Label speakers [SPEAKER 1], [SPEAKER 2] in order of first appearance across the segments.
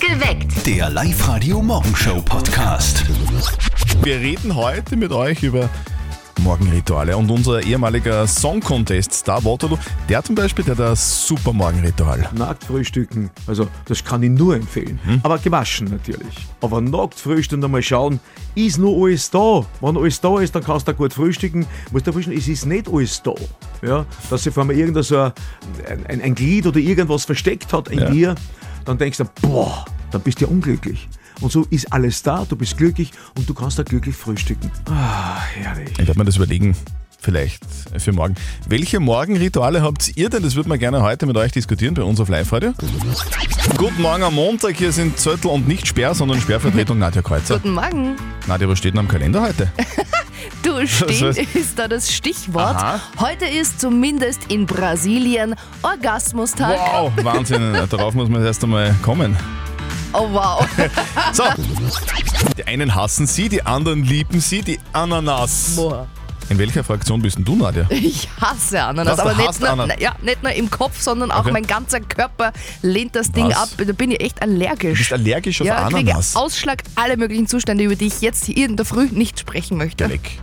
[SPEAKER 1] Geweckt.
[SPEAKER 2] Der Live-Radio-Morgenshow-Podcast.
[SPEAKER 3] Wir reden heute mit euch über Morgenrituale und unser ehemaliger Song Contest Star Waterloo, der zum Beispiel, der hat ein super Morgenritual.
[SPEAKER 4] Nackt frühstücken, also das kann ich nur empfehlen. Aber gewaschen natürlich. Aber nackt frühstücken und mal schauen, ist nur alles da. Wenn alles da ist, dann kannst du auch gut frühstücken. Musst du frühstücken, es ist nicht alles da. Ja, dass sich vor allem irgendein so ein, ein, ein Glied oder irgendwas versteckt hat in
[SPEAKER 3] Ja.
[SPEAKER 4] dir, dann denkst du, boah, dann bist du ja unglücklich. Und so ist alles da, du bist glücklich und du kannst da glücklich frühstücken. Ah, herrlich.
[SPEAKER 3] Ich werde mir das überlegen, vielleicht für morgen. Welche Morgenrituale habt ihr denn? Das würden wir gerne heute mit euch diskutieren bei uns auf Live-Radio. Guten Morgen am Montag, hier sind Zöttl und nicht Sperr, sondern Sperrvertretung Nadja Kreuzer.
[SPEAKER 1] Guten Morgen.
[SPEAKER 3] Nadja, was steht denn am Kalender heute?
[SPEAKER 1] Du,
[SPEAKER 3] Was
[SPEAKER 1] stehen
[SPEAKER 3] heißt-
[SPEAKER 1] ist da das Stichwort.
[SPEAKER 3] Aha.
[SPEAKER 1] Heute ist zumindest in Brasilien Orgasmustag.
[SPEAKER 3] Wow, Wahnsinn, darauf muss man erst einmal kommen.
[SPEAKER 1] Oh wow.
[SPEAKER 3] So. Die einen hassen sie, die anderen lieben sie, die Ananas.
[SPEAKER 1] Boah.
[SPEAKER 3] In welcher Fraktion bist denn du, Nadja?
[SPEAKER 1] Ich hasse
[SPEAKER 3] Was,
[SPEAKER 1] Ananas,
[SPEAKER 3] du
[SPEAKER 1] aber nicht
[SPEAKER 3] hasst
[SPEAKER 1] nur,
[SPEAKER 3] Ananas?
[SPEAKER 1] Ja, nicht nur im Kopf, sondern auch
[SPEAKER 3] Okay.
[SPEAKER 1] mein ganzer Körper lehnt das Ding
[SPEAKER 3] Was?
[SPEAKER 1] ab. Da bin ich echt allergisch.
[SPEAKER 3] bist allergisch auf
[SPEAKER 1] ja, ich kriege
[SPEAKER 3] Ananas.
[SPEAKER 1] Ausschlag alle möglichen Zustände, über die ich jetzt hier in der Früh nicht sprechen möchte.
[SPEAKER 3] Weg.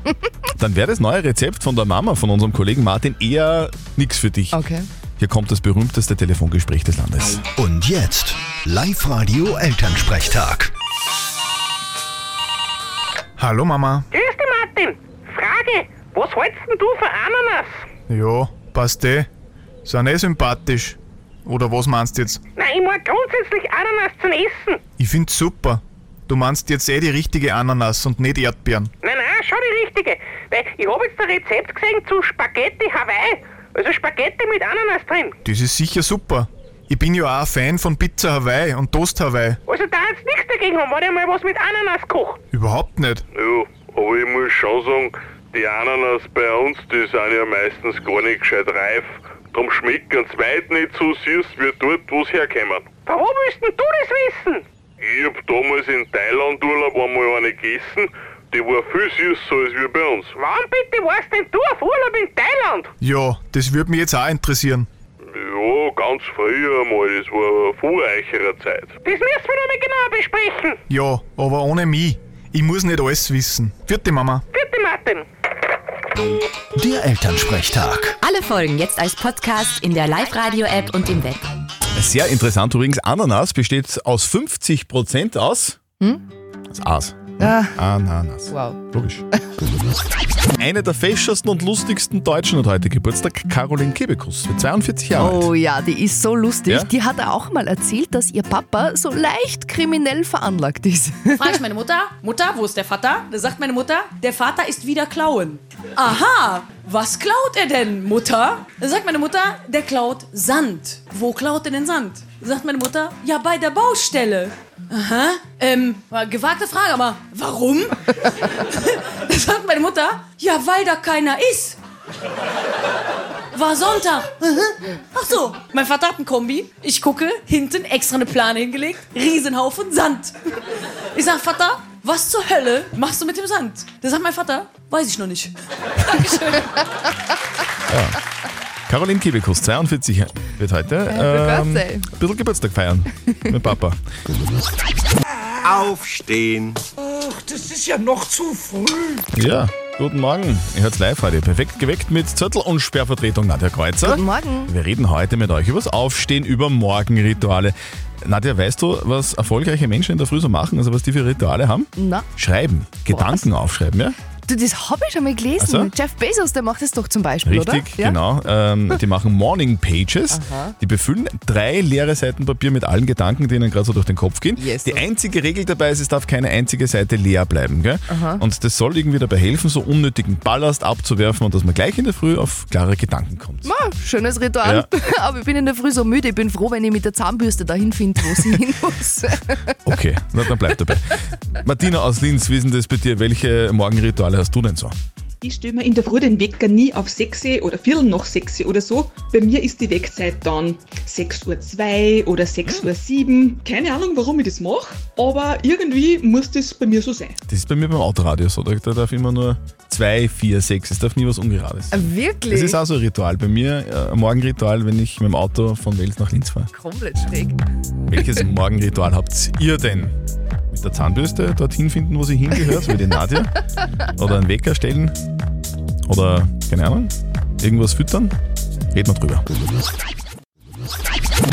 [SPEAKER 3] Dann wäre das neue Rezept von der Mama von unserem Kollegen Martin eher nichts für dich.
[SPEAKER 1] Okay.
[SPEAKER 3] Hier kommt das berühmteste Telefongespräch des Landes.
[SPEAKER 2] Und jetzt Live-Radio Elternsprechtag.
[SPEAKER 5] Hallo Mama.
[SPEAKER 6] Grüß dich, Martin. Frage, was hältst denn du von Ananas?
[SPEAKER 5] Ja, passt eh. Sind eh sympathisch. Oder was meinst du jetzt?
[SPEAKER 6] Nein, ich mag grundsätzlich Ananas zum Essen.
[SPEAKER 5] Ich find's super. Du meinst jetzt eh die richtige Ananas und nicht Erdbeeren.
[SPEAKER 6] Nein, nein, schon die richtige. Weil ich habe jetzt ein Rezept gesehen zu Spaghetti Hawaii. Also Spaghetti mit Ananas drin.
[SPEAKER 5] Das ist sicher super. Ich bin ja auch ein Fan von Pizza Hawaii und Toast Hawaii.
[SPEAKER 6] Also da hat's nichts dagegen haben, wenn ich mal was mit Ananas koche.
[SPEAKER 5] Überhaupt nicht.
[SPEAKER 7] Ja, aber ich muss schon sagen, die Ananas bei uns, die sind ja meistens gar nicht gescheit reif. Drum schmecken sie weit nicht so süß wie dort, wo sie herkommen.
[SPEAKER 6] Warum willst denn du das wissen?
[SPEAKER 7] Ich hab damals in Thailand Urlaub einmal eine gegessen, die war viel süßer als wir bei uns.
[SPEAKER 6] Warum bitte warst denn du auf Urlaub in Thailand?
[SPEAKER 5] Ja, das würde mich jetzt auch interessieren.
[SPEAKER 7] Ja, ganz früher einmal, das war vor eicherer Zeit.
[SPEAKER 6] Das müssen wir noch mal genauer besprechen.
[SPEAKER 5] Ja, aber ohne mich. Ich muss nicht alles wissen. Vierte Mama.
[SPEAKER 6] Bitte, Martin.
[SPEAKER 2] Der Elternsprechtag.
[SPEAKER 8] Alle Folgen jetzt als Podcast in der Live-Radio-App und im Web.
[SPEAKER 3] Sehr interessant übrigens, Ananas besteht aus 50% aus... Hm? Aus Aas. Ananas.
[SPEAKER 1] Wow.
[SPEAKER 3] Logisch. Eine der feschesten und lustigsten Deutschen hat heute Geburtstag, Caroline Kebekus, mit 42 Jahren
[SPEAKER 1] Oh
[SPEAKER 3] alt.
[SPEAKER 1] ja, die ist so lustig.
[SPEAKER 3] Ja?
[SPEAKER 1] Die hat auch mal erzählt, dass ihr Papa so leicht kriminell veranlagt ist.
[SPEAKER 9] Frage ich meine Mutter, Mutter, wo ist der Vater? Da sagt meine Mutter, der Vater ist wieder klauen. Aha, was klaut er denn, Mutter? Da sagt meine Mutter, der klaut Sand. Wo klaut er denn Sand? Da sagt meine Mutter, ja, bei der Baustelle. Aha, ähm, war eine gewagte Frage, aber warum? da sagt meine Mutter, ja, weil da keiner ist. War Sonntag. Mhm. Ach so, mein Vater hat ein Kombi. Ich gucke, hinten extra eine Plane hingelegt. Riesenhaufen Sand. Ich sag, Vater, was zur Hölle machst du mit dem Sand? Da sagt mein Vater, weiß ich noch nicht. Dankeschön.
[SPEAKER 3] Caroline Kebekus, 42 wird heute ähm,
[SPEAKER 1] Birthday.
[SPEAKER 3] ein bisschen Geburtstag feiern mit Papa.
[SPEAKER 10] Aufstehen.
[SPEAKER 3] Ja, guten Morgen. Ihr hört's live heute. Perfekt geweckt mit Zettel und Sperrvertretung Nadja Kreuzer.
[SPEAKER 1] Guten Morgen.
[SPEAKER 3] Wir reden heute mit euch übers Aufstehen, über Morgenrituale. Nadja, weißt du, was erfolgreiche Menschen in der Früh so machen? Also was die für Rituale haben?
[SPEAKER 1] Na,
[SPEAKER 3] Schreiben. Gedanken aufschreiben, ja?
[SPEAKER 1] du, das habe ich schon mal gelesen.
[SPEAKER 3] Ach so.
[SPEAKER 1] Jeff Bezos, der macht das doch zum Beispiel, oder?
[SPEAKER 3] Richtig,
[SPEAKER 1] Ja?
[SPEAKER 3] genau. Ähm, die machen Morning Pages. Die befüllen drei leere Seiten Papier mit allen Gedanken, die ihnen gerade so durch den Kopf gehen.
[SPEAKER 1] Yes.
[SPEAKER 3] Die einzige Regel dabei ist, es darf keine einzige Seite leer bleiben. Gell? Und das soll irgendwie dabei helfen, so unnötigen Ballast abzuwerfen und dass man gleich in der Früh auf klare Gedanken kommt.
[SPEAKER 1] Ah, schönes Ritual. Aber ich bin in der Früh so müde. Ich bin froh, wenn ich mit der Zahnbürste dahin finde, wo sie hin muss.
[SPEAKER 3] Okay, na, dann bleib dabei. Martina aus Linz, wie ist denn das bei dir? Welche Morgenrituale hast du denn so?
[SPEAKER 10] Ich stelle mir in der Früh den Wecker nie auf 6 oder Viertel nach 6 oder so. Bei mir ist die Wegzeit dann 6.02 Uhr oder 6.07 Uhr. Keine Ahnung, warum ich das mache, aber irgendwie muss das bei mir so sein.
[SPEAKER 3] Das ist bei mir beim Autoradio so. Da, da darf immer nur 2, 4, 6. Es darf nie was Ungerades. sein.
[SPEAKER 1] Wirklich?
[SPEAKER 3] Das ist auch so ein Ritual. Bei mir äh, ein Morgenritual, wenn ich mit dem Auto von Wels nach Linz fahre.
[SPEAKER 1] komplett schräg.
[SPEAKER 3] Welches Morgenritual habt ihr denn? Mit der Zahnbürste dorthin finden, wo sie hingehört, so wie die Nadja? Oder einen Wecker stellen? Oder, keine Ahnung, irgendwas füttern? Reden wir drüber.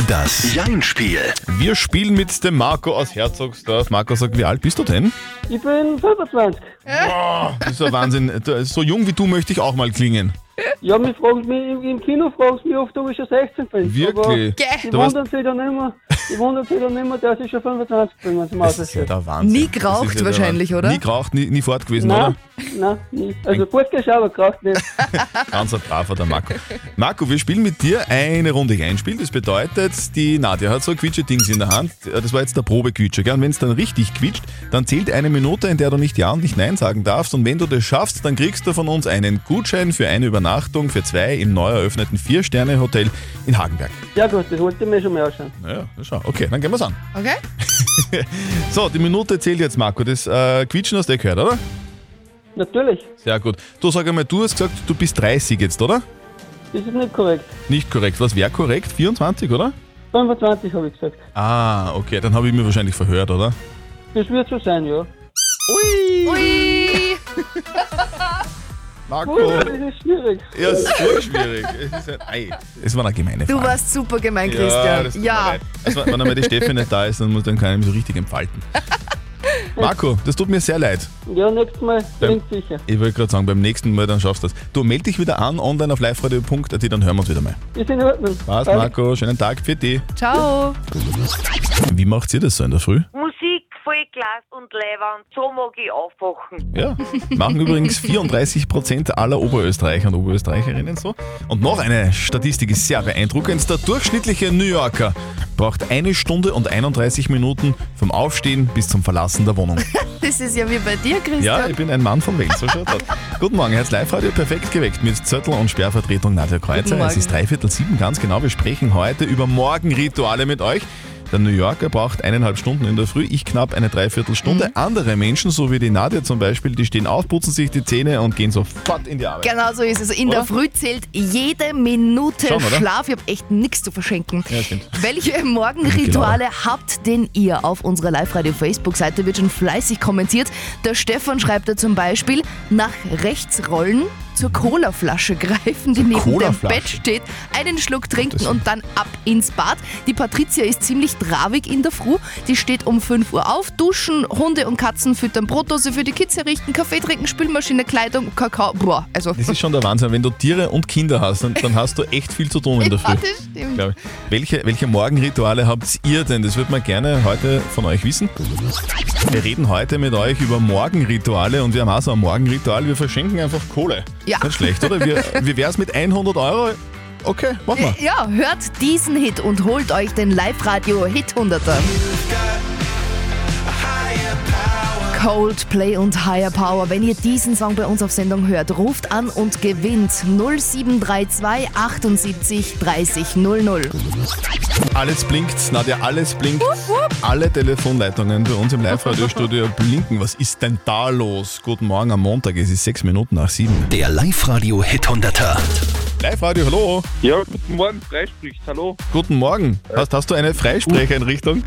[SPEAKER 2] Das Jein-Spiel.
[SPEAKER 3] Wir spielen mit dem Marco aus Herzogsdorf. Marco sagt, wie alt bist du denn?
[SPEAKER 9] Ich bin 25.
[SPEAKER 3] Boah, das ist ja Wahnsinn. Du- So jung wie du möchte ich auch mal klingen.
[SPEAKER 9] Ja, mich fragt mich, im- im Kino fragst du mich oft, ob ich schon 16 bin.
[SPEAKER 3] Wirklich?
[SPEAKER 9] Aber
[SPEAKER 3] Gell.
[SPEAKER 9] die
[SPEAKER 3] Du warst-
[SPEAKER 9] wundern sich dann immer, die wundern sich dann immer, dass ich schon 25 bin, wenn sie mal
[SPEAKER 3] Das ist ja der Wahnsinn.
[SPEAKER 9] Nie
[SPEAKER 3] Das ist ja
[SPEAKER 9] geraucht
[SPEAKER 3] der
[SPEAKER 9] wahrscheinlich,
[SPEAKER 3] Wahnsinn.
[SPEAKER 9] oder?
[SPEAKER 3] Nie geraucht, nie, nie fort gewesen, oder?
[SPEAKER 9] Nein, nein, nie. Also gut geschaut, kracht nicht.
[SPEAKER 3] Ganz ein braver, der Marco. Marco, wir spielen mit dir eine Runde Einspiel. Das bedeutet, die Nadja hat so ein Quietsche-Dings in der Hand. Äh, Das war jetzt der Probe-Quietsche. gell? Und wenn es dann richtig quietscht, dann zählt eine Minute, in der du nicht Ja und nicht Nein sagen darfst. Und wenn du das schaffst, dann kriegst du von uns einen Gutschein für eine Übernachtung für zwei im neu eröffneten Vier-Sterne-Hotel in Hagenberg.
[SPEAKER 9] Ja gut, das wollte ich mir schon mal anschauen.
[SPEAKER 3] Naja, na schau. Okay, dann gehen wir's an.
[SPEAKER 1] Okay.
[SPEAKER 3] So, die Minute zählt jetzt, Marco. Das äh, Quietschen hast du eh gehört, oder?
[SPEAKER 9] Natürlich,
[SPEAKER 3] Sehr gut. Du sag einmal, du hast gesagt, du bist 30 jetzt, oder?
[SPEAKER 9] das ist nicht korrekt.
[SPEAKER 3] Nicht korrekt. Was wäre korrekt? 24, oder?
[SPEAKER 9] 25 habe ich gesagt.
[SPEAKER 3] Ah, okay, dann habe ich mir wahrscheinlich verhört, oder?
[SPEAKER 9] Das wird so sein, ja.
[SPEAKER 3] Ui!
[SPEAKER 1] Ui!
[SPEAKER 3] Marco!
[SPEAKER 9] Ui, das ist schwierig.
[SPEAKER 3] Ja, es ist voll schwierig. Es ist ein Ei. Es war eine gemeine
[SPEAKER 1] Du
[SPEAKER 3] Frage.
[SPEAKER 1] warst super gemein,
[SPEAKER 3] Ja, das
[SPEAKER 1] Christian.
[SPEAKER 3] tut
[SPEAKER 1] Ja.
[SPEAKER 3] Also, wenn einmal die Steffi nicht da ist, dann muss dann keiner so richtig entfalten. Marco, das tut mir sehr leid.
[SPEAKER 9] Ja, nächstes Mal
[SPEAKER 3] Beim-
[SPEAKER 9] bringt sicher.
[SPEAKER 3] Ich wollte gerade sagen, beim nächsten Mal, dann schaffst du das. Du melde dich wieder an, online auf liveradio.at, dann hören wir uns wieder mal.
[SPEAKER 9] Ist in Ordnung. Also,
[SPEAKER 3] Passt,
[SPEAKER 9] Danke.
[SPEAKER 3] Marco, schönen Tag, für dich.
[SPEAKER 1] Ciao.
[SPEAKER 3] Wie macht ihr das so in der Früh?
[SPEAKER 6] Musik, Vollglas und Leihwand, so mag ich aufwachen.
[SPEAKER 3] Ja, machen übrigens 34% aller Oberösterreicher und Oberösterreicherinnen so. Und noch eine Statistik ist sehr beeindruckend. Der durchschnittliche New Yorker braucht eine Stunde und 31 Minuten vom Aufstehen bis zum Verlassen der Wohnung.
[SPEAKER 1] Das ist ja wie bei dir, Christian.
[SPEAKER 3] Ja, ich bin ein Mann von Wales, so schaut das. Guten Morgen, Herz Live-Radio perfekt geweckt mit Zettel und Sperrvertretung Nadja Kreuzer.
[SPEAKER 1] Guten Morgen.
[SPEAKER 3] Es ist dreiviertel sieben, ganz genau. Wir sprechen heute über Morgenrituale mit euch. Der New Yorker braucht eineinhalb Stunden in der Früh, ich knapp eine
[SPEAKER 1] Mhm.
[SPEAKER 3] Dreiviertelstunde. Andere Menschen, so wie die Nadja zum Beispiel, die stehen auf, putzen sich die Zähne und gehen sofort in die Arbeit.
[SPEAKER 1] Genau so ist es. In der
[SPEAKER 3] Oder?
[SPEAKER 1] Früh zählt jede Minute
[SPEAKER 3] Schon, oder?
[SPEAKER 1] Schlaf. Ich habe echt nichts zu verschenken.
[SPEAKER 3] Ja, stimmt. Genau.
[SPEAKER 1] Welche Morgenrituale habt denn ihr? Auf unserer Live-Radio-Facebook-Seite wird schon fleißig kommentiert. Der Stefan schreibt da zum Beispiel, nach rechts rollen, zur Colaflasche greifen, die neben dem
[SPEAKER 3] Colaflasche?
[SPEAKER 1] Bett steht, einen Schluck trinken und dann ab ins Bad. Die Patricia ist ziemlich trabig in der Früh. Die steht um 5 Uhr auf, duschen, Hunde und Katzen füttern, Brotdose für die Kids herrichten, Kaffee trinken, Spülmaschine, Kleidung, Kakao. Boah, also
[SPEAKER 3] Das ist schon der Wahnsinn. Wenn du Tiere und Kinder hast, dann, dann hast du echt viel zu tun in der
[SPEAKER 1] Ja,
[SPEAKER 3] Früh.
[SPEAKER 1] das stimmt.
[SPEAKER 3] Glaub ich. Welche, welche Morgenrituale habt ihr denn? Das würde man gerne heute von euch wissen. Wir reden heute mit euch über Morgenrituale und wir haben auch so ein Morgenritual. Wir verschenken einfach Kohle.
[SPEAKER 1] Ja.
[SPEAKER 3] Nicht schlecht, oder? Wir, wie wär's mit 100 Euro? Okay, machen wir.
[SPEAKER 1] Ja, hört diesen Hit und holt euch den Live-Radio Hit 100er. Coldplay und Higher Power. Wenn ihr diesen Song bei uns auf Sendung hört, ruft an und gewinnt 0732 78 30 00.
[SPEAKER 3] Alles blinkt, Nadja, alles blinkt. Alle Telefonleitungen bei uns im Live-Radio-Studio blinken. Was ist denn da los? Guten Morgen am Montag, es ist sechs Minuten nach sieben.
[SPEAKER 2] Der Live-Radio Hit 100er.
[SPEAKER 3] Live-Radio, hallo.
[SPEAKER 11] Ja,
[SPEAKER 6] Ähm,
[SPEAKER 11] guten Morgen, freispricht. Hallo.
[SPEAKER 3] Guten Morgen. Hast, hast du eine Freisprecheinrichtung?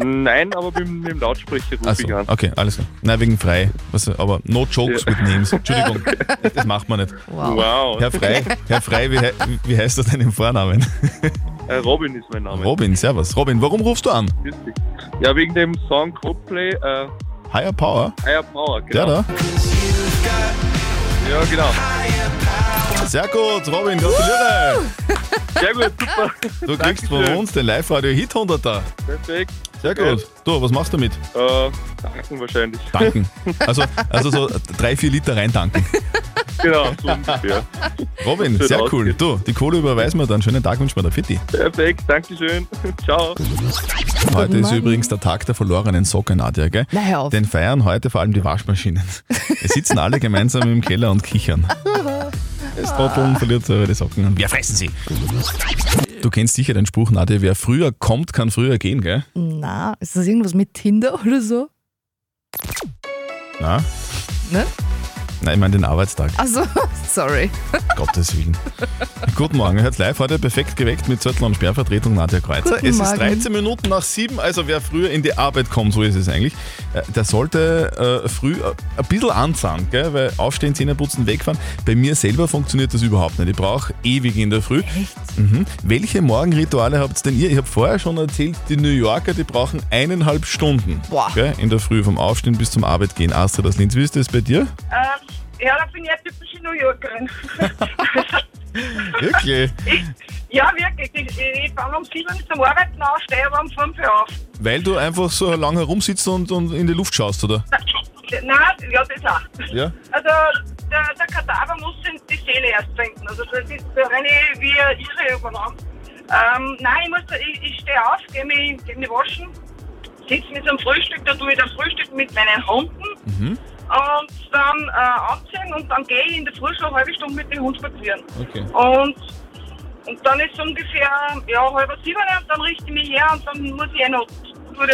[SPEAKER 11] Nein, aber mit, dem- mit dem Lautsprecher rufe
[SPEAKER 3] Achso,
[SPEAKER 11] ich an.
[SPEAKER 3] okay, alles klar. Nein, wegen frei. Was, aber no jokes with names. Entschuldigung, das macht man nicht.
[SPEAKER 11] Wow. Wow.
[SPEAKER 3] Herr Frei, Herr Frei wie, he- wie heißt das denn im Vornamen?
[SPEAKER 11] Äh, Robin ist mein Name.
[SPEAKER 3] Robin, servus. Robin, warum rufst du an?
[SPEAKER 11] Grüß dich. Ja, wegen dem Song Coldplay, äh,
[SPEAKER 3] Higher Power?
[SPEAKER 11] Higher Power,
[SPEAKER 3] Der
[SPEAKER 11] genau.
[SPEAKER 3] da?
[SPEAKER 11] Ja, genau.
[SPEAKER 3] Sehr gut, Robin, gratuliere.
[SPEAKER 11] Sehr gut, super.
[SPEAKER 3] Du kriegst von
[SPEAKER 11] Dankeschön.
[SPEAKER 3] uns den Live-Radio Hit 100er.
[SPEAKER 11] Perfekt.
[SPEAKER 3] Sehr gut. Du, was machst du mit?
[SPEAKER 11] Äh, danken wahrscheinlich.
[SPEAKER 3] Danken. Also, also so drei, vier Liter reintanken.
[SPEAKER 11] Genau, so ungefähr.
[SPEAKER 3] Robin,
[SPEAKER 11] Schön
[SPEAKER 3] sehr cool. Du, die Kohle überweisen wir dann. Schönen Tag wünschen wir dir. Fitti.
[SPEAKER 11] Perfekt, Dankeschön. Ciao.
[SPEAKER 3] Heute ist übrigens der Tag der verlorenen Socken, Nadja, gell?
[SPEAKER 1] Na, hör auf.
[SPEAKER 3] Den feiern heute vor allem die Waschmaschinen. Es sitzen alle gemeinsam im Keller und kichern. Das Trotteln verliert selber die Socken und wir fressen sie. Du kennst sicher den Spruch, Nadja, wer früher kommt, kann früher gehen, gell?
[SPEAKER 1] Na, ist das irgendwas mit Tinder oder so?
[SPEAKER 3] Na?
[SPEAKER 1] Ne?
[SPEAKER 3] Nein, ich meine den Arbeitstag.
[SPEAKER 1] Also, sorry.
[SPEAKER 3] Gottes Willen. Guten Morgen, hört live heute perfekt geweckt mit Zöttl und Sperrvertretung Nadja Kreuzer.
[SPEAKER 12] Guten
[SPEAKER 3] es
[SPEAKER 12] Morgen.
[SPEAKER 3] ist 13 Minuten nach 7, also wer früher in die Arbeit kommt, so ist es eigentlich, äh, der sollte äh, früh äh, ein bisschen anzahlen, gell? weil aufstehen, Zähne putzen, wegfahren. Bei mir selber funktioniert das überhaupt nicht. Ich brauche ewig in der Früh. Mhm. Welche Morgenrituale habt denn ihr? Ich habe vorher schon erzählt, die New Yorker, die brauchen eineinhalb Stunden
[SPEAKER 6] Boah.
[SPEAKER 3] Gell? in der Früh, vom Aufstehen bis zum Arbeit gehen. Astrid aus Linz, wie ist das bei dir?
[SPEAKER 6] Ähm, ja, da bin ich eine typische New Yorkerin.
[SPEAKER 3] Wirklich?
[SPEAKER 6] ja, wirklich. Ich, ich fange um 7 Uhr zum Arbeiten an, stehe aber um 5 Uhr auf.
[SPEAKER 3] Weil du einfach so lang herumsitzt und, und in die Luft schaust, oder?
[SPEAKER 6] Nein, ja, das auch.
[SPEAKER 3] Ja?
[SPEAKER 6] Also, der, der Kadaver muss in die Seele erst trinken. Also, das ist so eine wie eine Irre übernommen. Ähm, nein, ich, muss, da- ich, ich stehe auf, gehe mich, geh mich waschen, sitze mich zum Frühstück, da tue ich das Frühstück mit meinen Hunden
[SPEAKER 3] Mhm.
[SPEAKER 6] und dann äh, anziehen und dann gehe ich in der Früh schon eine halbe Stunde mit dem Hund spazieren.
[SPEAKER 3] Okay.
[SPEAKER 6] Und, und dann ist es ungefähr ja, halb sieben und dann richte ich mich her und dann muss ich eh noch gute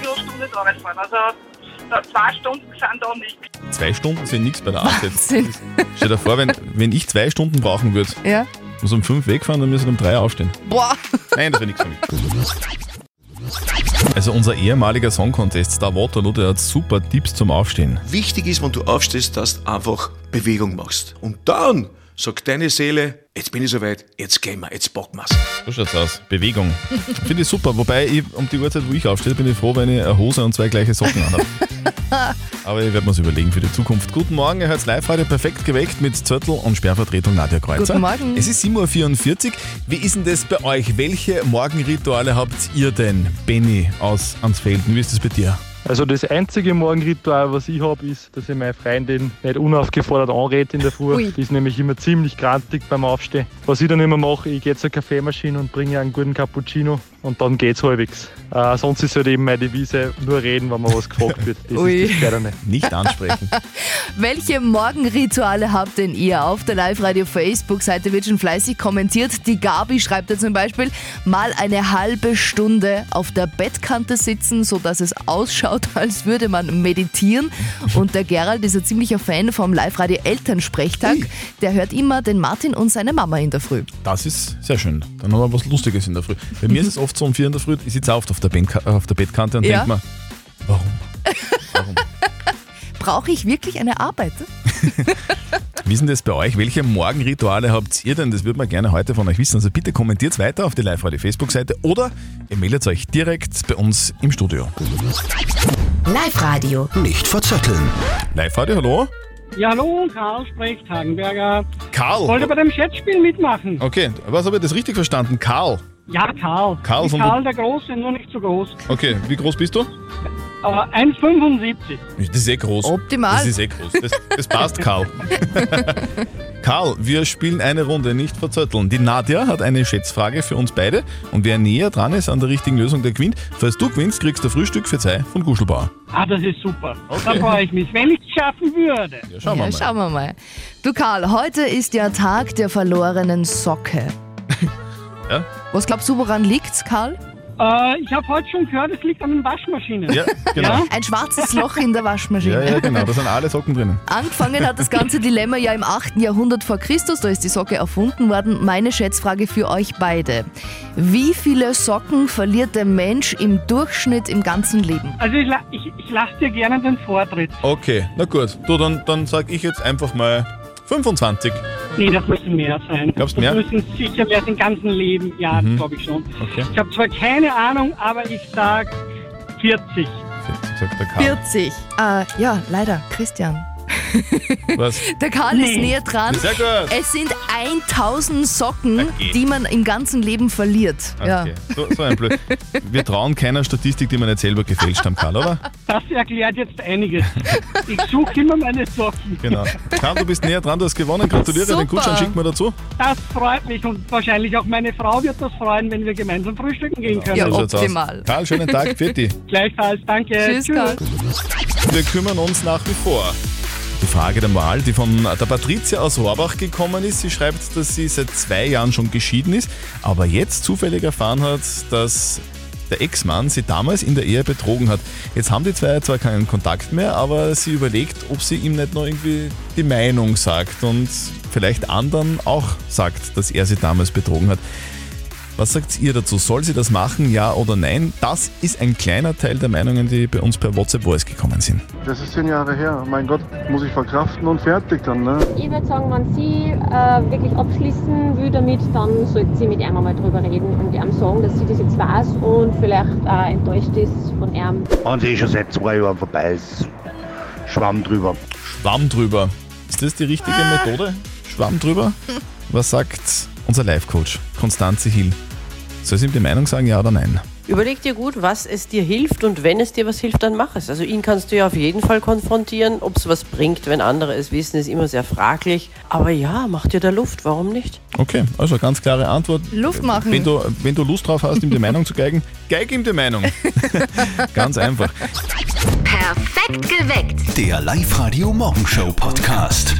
[SPEAKER 6] vier Stunden zur Arbeit fahren. Also da- zwei Stunden sind da nicht.
[SPEAKER 3] Zwei Stunden sind nichts bei der Arbeit. Stell dir vor, wenn, wenn ich zwei Stunden brauchen würde,
[SPEAKER 1] Ja.
[SPEAKER 3] muss um fünf wegfahren, dann müssen wir um drei aufstehen.
[SPEAKER 1] Boah.
[SPEAKER 3] Nein, das wäre nichts für mich. Also unser ehemaliger Song Contest Star Waterloo, der hat super Tipps zum Aufstehen.
[SPEAKER 4] Wichtig ist, wenn du aufstehst, dass du einfach Bewegung machst. Und dann sagt deine Seele, jetzt bin ich soweit, jetzt gehen wir, jetzt packen wir's.
[SPEAKER 3] So schaut's aus. Bewegung. Finde ich super. Wobei, ich, um die Uhrzeit, wo ich aufstehe, bin ich froh, wenn ich eine Hose und zwei gleiche Socken anhabe. Aber ich werde mir überlegen für die Zukunft. Guten Morgen, ihr hört's live heute perfekt geweckt mit Zörtel und Sperrvertretung Nadja Kreuzer.
[SPEAKER 1] Guten Morgen.
[SPEAKER 3] Es ist 7.44 Uhr. Wie ist denn das bei euch? Welche Morgenrituale habt ihr denn, Benny aus Ansfelden? Wie ist das bei dir?
[SPEAKER 13] Also das einzige Morgenritual, was ich habe, ist, dass ich meine Freundin nicht unaufgefordert anrede in der Früh.
[SPEAKER 1] Ui.
[SPEAKER 13] Die ist nämlich immer ziemlich grantig beim Aufstehen. Was ich dann immer mache, ich gehe zur Kaffeemaschine und bringe ihr einen guten Cappuccino und dann geht's halbwegs. Äh, sonst ist halt eben meine Devise, nur reden, wenn man was gefragt wird. Das
[SPEAKER 1] Ui.
[SPEAKER 13] ist das Gescheiterne.
[SPEAKER 3] Nicht ansprechen.
[SPEAKER 1] Welche Morgenrituale habt denn ihr? Auf der Live-Radio-Facebook-Seite wird schon fleißig kommentiert. Die Gabi schreibt da zum Beispiel, mal eine halbe Stunde auf der Bettkante sitzen, sodass es ausschaut, als würde man meditieren. Und der Gerald ist ein ziemlicher Fan vom Live-Radio-Elternsprechtag. Der hört immer den Martin und seine Mama in der Früh.
[SPEAKER 3] Das ist sehr schön. Dann haben wir was Lustiges in der Früh. Bei mir ist es oft so um vier in der Früh, ich sitze oft auf der, Benka- auf der Bettkante und
[SPEAKER 1] Ja.
[SPEAKER 3] denke mir,
[SPEAKER 1] Brauche ich wirklich eine Arbeit?
[SPEAKER 3] Wie ist denn das bei euch? Welche Morgenrituale habt ihr denn? Das würde man gerne heute von euch wissen. Also bitte kommentiert weiter auf die Live-Radio-Facebook-Seite oder ihr meldet euch direkt bei uns im Studio.
[SPEAKER 8] Live-Radio.
[SPEAKER 2] Nicht verzetteln.
[SPEAKER 3] Live-Radio, hallo?
[SPEAKER 9] Ja, hallo, Karl spricht Hagenberger.
[SPEAKER 3] Karl.
[SPEAKER 9] Wollte bei dem Schätzspiel mitmachen.
[SPEAKER 3] Okay, was habe ich das richtig verstanden? Karl.
[SPEAKER 9] Ja, Karl.
[SPEAKER 3] Karl
[SPEAKER 9] Wie
[SPEAKER 3] von-
[SPEAKER 9] Karl der Große, nur nicht so groß. Äh,
[SPEAKER 3] Okay, wie groß bist du?
[SPEAKER 9] Aber 1,75.
[SPEAKER 3] Das ist eh groß.
[SPEAKER 9] Optimal.
[SPEAKER 3] Das ist eh groß. Das, das passt, Karl. Karl, wir spielen eine Runde, nicht verzötteln. Die Nadja hat eine Schätzfrage für uns beide und wer näher dran ist an der richtigen Lösung, der gewinnt. Falls du gewinnst, kriegst du Frühstück für zwei von Guschelbauer.
[SPEAKER 9] Ah, das ist super. Da freue ich mich, wenn ich es schaffen würde. Ja,
[SPEAKER 3] schauen wir
[SPEAKER 1] ja, schauen wir mal. Du Karl, heute ist ja Tag der verlorenen Socke.
[SPEAKER 3] Ja?
[SPEAKER 1] Was glaubst du, woran liegt's, Karl?
[SPEAKER 9] Äh, ich habe heute schon gehört, es liegt an den Waschmaschinen.
[SPEAKER 3] Ja, genau.
[SPEAKER 1] Ein schwarzes Loch in der Waschmaschine.
[SPEAKER 3] Ja, ja, genau, da sind alle Socken drinnen.
[SPEAKER 1] Angefangen hat das ganze Dilemma ja im 8. Jahrhundert vor Christus, da ist die Socke erfunden worden. Meine Schätzfrage für euch beide. Wie viele Socken verliert der Mensch im Durchschnitt im ganzen Leben?
[SPEAKER 9] Also ich, la- ich, ich lasse dir gerne den Vortritt.
[SPEAKER 3] Okay, na gut. Du, dann, dann sag ich jetzt einfach mal 25.
[SPEAKER 9] Nee, das müssen mehr sein.
[SPEAKER 3] Glaubst du
[SPEAKER 9] das
[SPEAKER 3] mehr?
[SPEAKER 9] müssen sicher mehr sein ganzen Leben. Ja,
[SPEAKER 3] Mhm.
[SPEAKER 9] das glaube ich schon.
[SPEAKER 3] Okay.
[SPEAKER 9] Ich habe zwar keine Ahnung, aber ich sag 40.
[SPEAKER 3] Sagt der Karl.
[SPEAKER 1] 40. Äh, ja, leider, Christian.
[SPEAKER 3] Was?
[SPEAKER 1] Der Karl ist näher dran.
[SPEAKER 3] Sehr gut.
[SPEAKER 1] Es sind 1000 Socken, die man im ganzen Leben verliert. Ja.
[SPEAKER 3] Okay. So, so ein Blöd. Wir trauen keiner Statistik, die wir nicht selber gefälscht haben, Karl, oder?
[SPEAKER 9] Das erklärt jetzt einiges. Ich suche immer meine Socken.
[SPEAKER 3] Genau. Karl, du bist näher dran, du hast gewonnen. Gratuliere, den
[SPEAKER 9] Super.
[SPEAKER 3] Gutschein schicken wir dazu.
[SPEAKER 9] Das freut mich und wahrscheinlich auch meine Frau wird das freuen, wenn wir gemeinsam frühstücken gehen können. Also
[SPEAKER 3] So schaut's aus. Karl, schönen Tag, Pfiat
[SPEAKER 9] Gleichfalls, danke.
[SPEAKER 3] Tschüss, Karl. Wir kümmern uns nach wie vor. Die Frage der Wahl, die von der Patricia aus Rohrbach gekommen ist. Sie schreibt, dass sie seit zwei Jahren schon geschieden ist, aber jetzt zufällig erfahren hat, dass der Ex-Mann sie damals in der Ehe betrogen hat. Jetzt haben die zwei zwar keinen Kontakt mehr, aber sie überlegt, ob sie ihm nicht noch irgendwie die Meinung sagt und vielleicht anderen auch sagt, dass er sie damals betrogen hat. Was sagt ihr dazu? Soll sie das machen, ja oder nein? Das ist ein kleiner Teil der Meinungen, die bei uns per WhatsApp Voice gekommen sind.
[SPEAKER 12] Das ist zehn Jahre her. Mein Gott, muss ich verkraften und fertig dann, ne?
[SPEAKER 14] Ich würde sagen, wenn sie äh, wirklich abschließen will damit, dann sollte sie mit ihm einmal drüber reden und ihm sagen, dass sie das jetzt weiß und vielleicht äh, enttäuscht ist von ihm.
[SPEAKER 15] Und sie ist schon seit zwei Jahren vorbei. Ist Schwamm drüber.
[SPEAKER 3] Schwamm drüber. Ist das die richtige
[SPEAKER 1] Ah.
[SPEAKER 3] Methode? Schwamm drüber? Was sagt unser Life-Coach, Konstanze Hill? Soll sie ihm die Meinung sagen, ja oder nein?
[SPEAKER 16] Überleg dir gut, was es dir hilft und wenn es dir was hilft, dann mach es. Also ihn kannst du ja auf jeden Fall konfrontieren. Ob es was bringt, wenn andere es wissen, ist immer sehr fraglich. Aber ja, mach dir da Luft, warum nicht?
[SPEAKER 3] Okay, also ganz klare Antwort.
[SPEAKER 1] Luft machen.
[SPEAKER 3] Wenn du, wenn du Lust drauf hast, ihm die Meinung zu geigen, geig ihm die Meinung. ganz einfach.
[SPEAKER 8] Perfekt geweckt.
[SPEAKER 2] Der Live-Radio Morgenshow Podcast.